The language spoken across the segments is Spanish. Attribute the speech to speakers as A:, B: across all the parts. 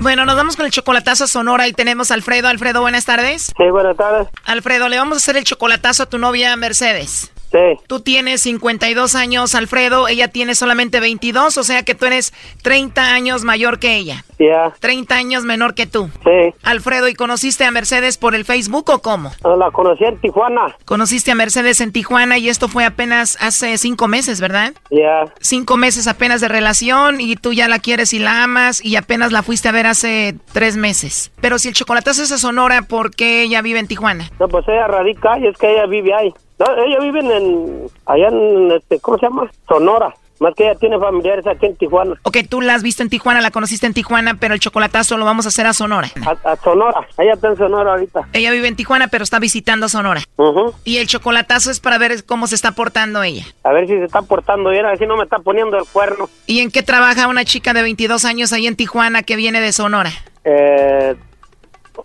A: Bueno, nos vamos con el chocolatazo a Sonora y tenemos a Alfredo. Alfredo, buenas tardes.
B: Sí, buenas tardes.
A: Alfredo, le vamos a hacer el chocolatazo a tu novia Mercedes.
B: Sí,
A: Tú tienes 52 años, Alfredo, ella tiene solamente 22, o sea que tú eres 30 años mayor que ella,
B: ya,
A: 30 años menor que tú.
B: sí.
A: Alfredo, ¿y conociste a Mercedes por el Facebook o cómo?
B: La conocí en Tijuana.
A: Conociste a Mercedes en Tijuana y esto fue apenas hace cinco meses, ¿verdad?
B: Ya,
A: Cinco meses apenas de relación y tú ya la quieres y la amas y apenas la fuiste a ver hace tres meses. Pero si el chocolatazo es a Sonora, ¿por qué ella vive en Tijuana?
B: no, pues ella radica y es que ella vive ahí. No, ella vive en, allá en, este, ¿cómo se llama? Sonora. Más que ella tiene familiares aquí en Tijuana.
A: Ok, tú la has visto en Tijuana, la conociste en Tijuana, pero el chocolatazo lo vamos a hacer a Sonora.
B: A, a Sonora. Ella está en Sonora ahorita.
A: Ella vive en Tijuana, pero está visitando Sonora.
B: Ujú.
A: Y el chocolatazo es para ver cómo se está portando ella.
B: A ver si se está portando bien, a ver si no me está poniendo el cuerno.
A: ¿Y en qué trabaja una chica de 22 años ahí en Tijuana que viene de Sonora?
B: Eh,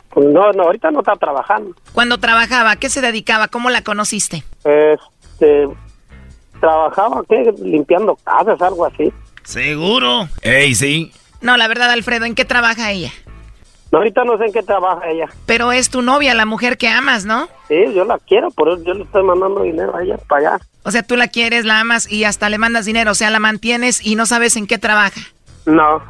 B: pues no, no, ahorita no está trabajando.
A: Cuando trabajaba, ¿qué se dedicaba? ¿Cómo la conociste?
B: Este, trabajaba ¿qué? limpiando casas, algo así.
C: Seguro. Ey, sí.
A: No, la verdad, Alfredo, ¿en qué trabaja ella?
B: No, ahorita no sé en qué trabaja ella.
A: Pero es tu novia, la mujer que amas, ¿no?
B: Sí, yo la quiero, por eso yo le estoy mandando dinero a ella para allá.
A: O sea, tú la quieres, la amas y hasta le mandas dinero, o sea, la mantienes y no sabes en qué trabaja.
B: No,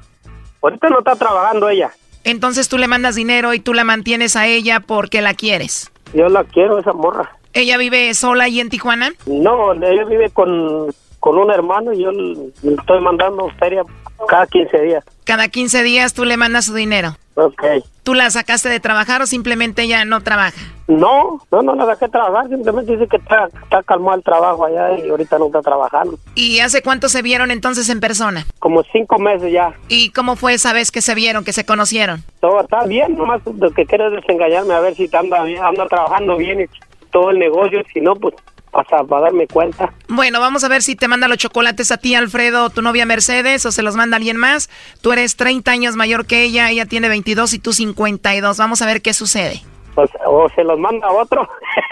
B: ahorita no está trabajando ella.
A: Entonces tú le mandas dinero y tú la mantienes a ella porque la quieres.
B: Yo la quiero, esa morra.
A: ¿Ella vive sola ahí en Tijuana?
B: No, ella vive con, con un hermano y yo le le estoy mandando feria cada 15 días.
A: Cada 15 días tú le mandas su dinero.
B: Ok.
A: ¿Tú la sacaste de trabajar o simplemente ella no trabaja?
B: No, no, no la dejé trabajar, simplemente dice que está, está calmado el trabajo allá y ahorita no está trabajando.
A: ¿Y hace cuánto se vieron entonces en persona?
B: Como cinco meses ya.
A: ¿Y cómo fue esa vez que se vieron, que se conocieron?
B: Todo está bien, nomás lo que quiero es desengañarme a ver si anda, bien- anda trabajando bien y todo el negocio, si no, pues hasta para darme cuenta.
A: Bueno, vamos a ver si te manda los chocolates a ti, Alfredo, o tu novia Mercedes, o se los manda alguien más. Tú eres 30 años mayor que ella, ella tiene 22 y tú 52. Vamos a ver qué sucede.
B: Pues, o se los manda a otro,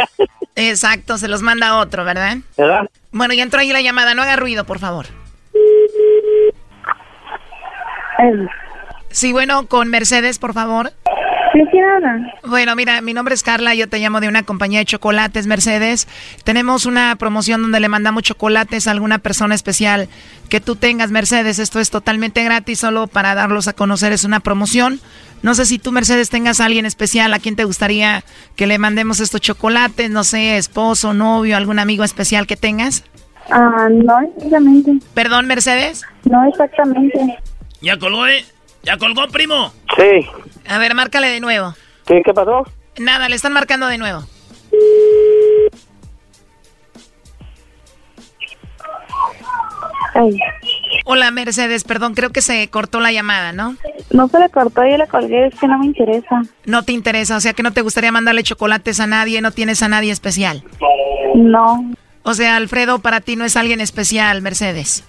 A: Exacto, se los manda otro, ¿verdad?
B: ¿verdad?
A: Bueno, ya entró ahí la llamada, no haga ruido, por favor. Sí, bueno, con Mercedes, por favor.
D: ¿De quién habla?
A: Bueno, mira, mi nombre es Carla, yo te llamo de una compañía de chocolates, Mercedes. Tenemos una promoción donde le mandamos chocolates a alguna persona especial que tú tengas, Mercedes. Esto es totalmente gratis, solo para darlos a conocer, es una promoción. No sé si tú, Mercedes, tengas a alguien especial a quien te gustaría que le mandemos estos chocolates, no sé, esposo, novio, algún amigo especial que tengas.
D: Ah, no exactamente.
A: Perdón, Mercedes.
D: No exactamente.
C: Ya colgó, ¿eh? Ya colgó, primo.
B: Sí.
A: A ver, márcale de nuevo.
B: ¿Sí? ¿Qué pasó?
A: Nada, le están marcando de nuevo.
D: Ay,
A: Hola, Mercedes, perdón, creo que se cortó la llamada, ¿no?
D: no se le cortó, yo le colgué, es que no me interesa.
A: No te interesa, o sea que no te gustaría mandarle chocolates a nadie, no tienes a nadie especial.
D: No.
A: O sea, Alfredo para ti no es alguien especial, Mercedes.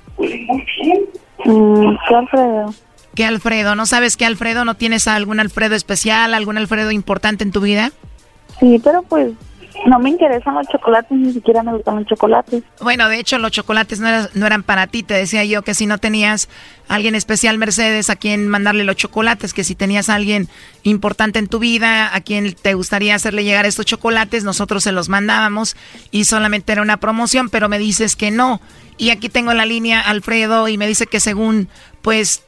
D: Mm, ¿Qué Alfredo?
A: ¿Qué Alfredo? ¿No sabes qué Alfredo? ¿No tienes a algún Alfredo especial, algún Alfredo importante en tu vida?
D: Sí, pero pues no me interesan los chocolates, ni siquiera me gustan los chocolates.
A: Bueno, de hecho, los chocolates no, eras- no eran para ti. Te decía yo que si no tenías a alguien especial, Mercedes, a quien mandarle los chocolates, que si tenías a alguien importante en tu vida, a quien te gustaría hacerle llegar estos chocolates, nosotros se los mandábamos y solamente era una promoción, pero me dices que no. Y aquí tengo en la línea a Alfredo y me dice que según, pues,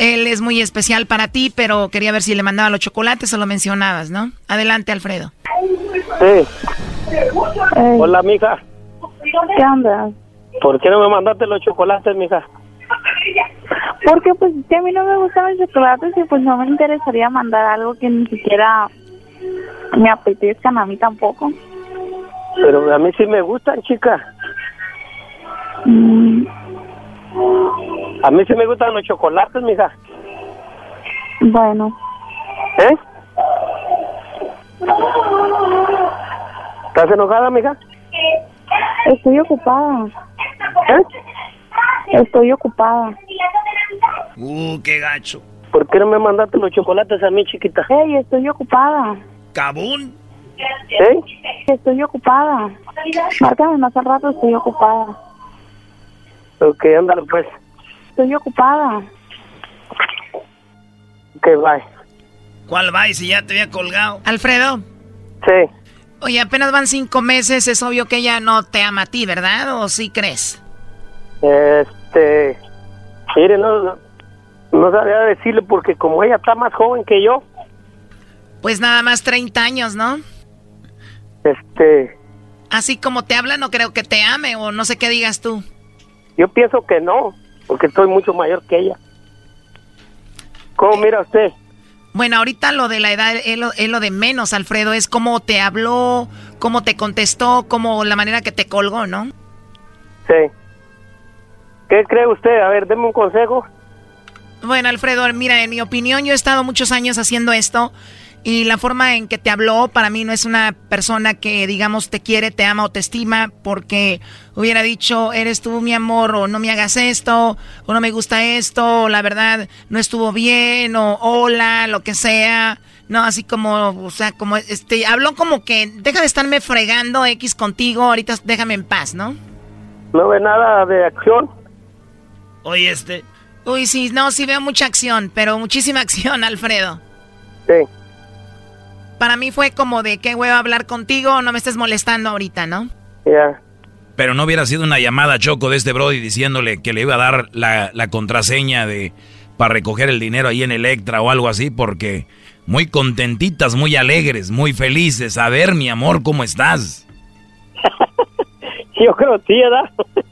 A: él es muy especial para ti, pero quería ver si le mandaba los chocolates o lo mencionabas, ¿no? Adelante, Alfredo.
B: Sí.
D: Ey,
B: Hola, mija.
D: ¿Qué onda?
B: ¿Por qué no me mandaste los chocolates, mija?
D: Porque pues es que a mí no me gustan los chocolates y pues no me interesaría mandar algo que ni siquiera me apetezcan a mí tampoco.
B: Pero a mí sí me gustan, chica.
D: Mm,
B: A mí sí me gustan los chocolates, mija.
D: bueno,
B: ¿Eh? ¿Estás enojada, mija?
D: estoy ocupada,
B: ¿Eh?
D: estoy ocupada.
C: Uh, qué gacho.
B: ¿Por qué no me mandaste los chocolates a mí, chiquita?
D: Ey, estoy ocupada,
C: Cabún.
B: ¿Eh?
D: estoy ocupada. Márcame más al rato, estoy ocupada,
B: Ok, ándale, pues.
D: estoy ocupada.
B: Ok, bye.
C: ¿Cuál va? Y si ya te había colgado.
A: Alfredo.
B: Sí.
A: Oye, apenas van cinco meses, es obvio que ella no te ama a ti, ¿verdad? ¿O sí crees?
B: Este, mire, no, no sabía decirle porque como ella está más joven que yo,
A: Pues nada más 30 años, ¿no?
B: este,
A: Así como te habla, no creo que te ame o no sé qué digas tú.
B: yo pienso que no, porque estoy mucho mayor que ella. ¿Cómo mira usted?
A: Bueno, ahorita lo de la edad es lo, es lo de menos, Alfredo, es cómo te habló, cómo te contestó, cómo la manera que te colgó, ¿no?
B: Sí. ¿Qué cree usted? A ver, deme un consejo.
A: Bueno, Alfredo, mira, en mi opinión, yo he estado muchos años haciendo esto y la forma en que te habló para mí no es una persona que, digamos, te quiere, te ama o te estima porque hubiera dicho, eres tú mi amor o no me hagas esto o no me gusta esto o la verdad no estuvo bien o hola, lo que sea. No, así como, o sea, como, este, habló como que deja de estarme fregando X contigo, ahorita déjame en paz, ¿no?
B: No ve nada de acción.
C: Oye, este.
A: Uy, sí, no, sí veo mucha acción, pero muchísima acción, Alfredo.
B: Sí.
A: Para mí fue como de qué huevo hablar contigo, no me estés molestando ahorita, ¿no?
B: Ya.
C: Pero no hubiera sido una llamada choco de este Brody diciéndole que le iba a dar la, la contraseña de para recoger el dinero ahí en Electra o algo así, porque muy contentitas, muy alegres, muy felices. A ver, mi amor, ¿cómo estás?
B: Yo creo que sí, ¿verdad?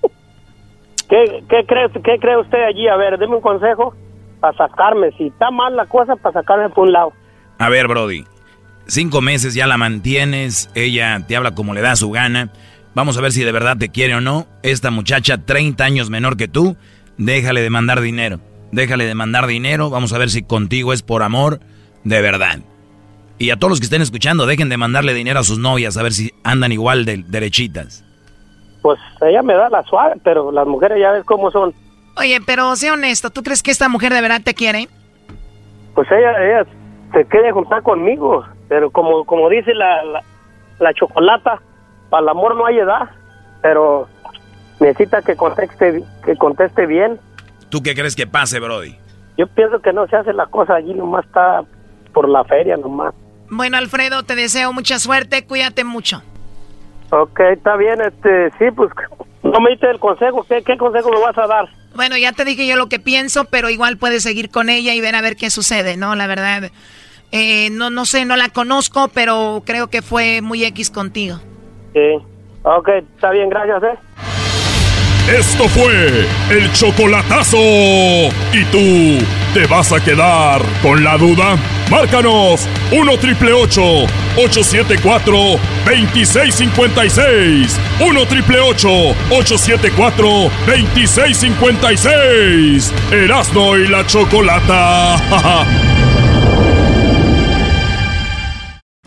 B: ¿Qué, qué, cree, ¿Qué cree usted allí? A ver, deme un consejo para sacarme. Si está mal la cosa, para sacarme por un lado.
C: A ver, Brody, cinco meses ya la mantienes, ella te habla como le da su gana. Vamos a ver si de verdad te quiere o no. Esta muchacha, 30 años menor que tú, déjale de mandar dinero. Déjale de mandar dinero. Vamos a ver si contigo es por amor de verdad. Y a todos los que estén escuchando, dejen de mandarle dinero a sus novias a ver si andan igual de derechitas.
B: Pues ella me da la suave, pero las mujeres ya ves cómo son.
A: Oye, pero sé honesto, ¿tú crees que esta mujer de verdad te quiere?
B: Pues ella, ella se quiere juntar conmigo, pero como como dice la, la, la chocolata, para el amor no hay edad, pero necesita que conteste que conteste bien.
C: ¿Tú qué crees que pase, Brody?
B: Yo pienso que no se hace la cosa allí, nomás está por la feria nomás.
A: Bueno, Alfredo, te deseo mucha suerte, cuídate mucho.
B: Ok, está bien, este, sí, pues no me diste el consejo, ¿qué, qué consejo me vas a dar?
A: Bueno, ya te dije yo lo que pienso, pero igual puedes seguir con ella y ver a ver qué sucede, ¿no? La verdad, eh, no, no sé, no la conozco, pero creo que fue muy X contigo.
B: Sí. Ok, está bien, gracias, ¿eh?
E: Esto fue el chocolatazo. ¿Y tú te vas a quedar con la duda? Márcanos 1 triple 874 2656. 1 triple 874 2656. Erasno y la chocolata.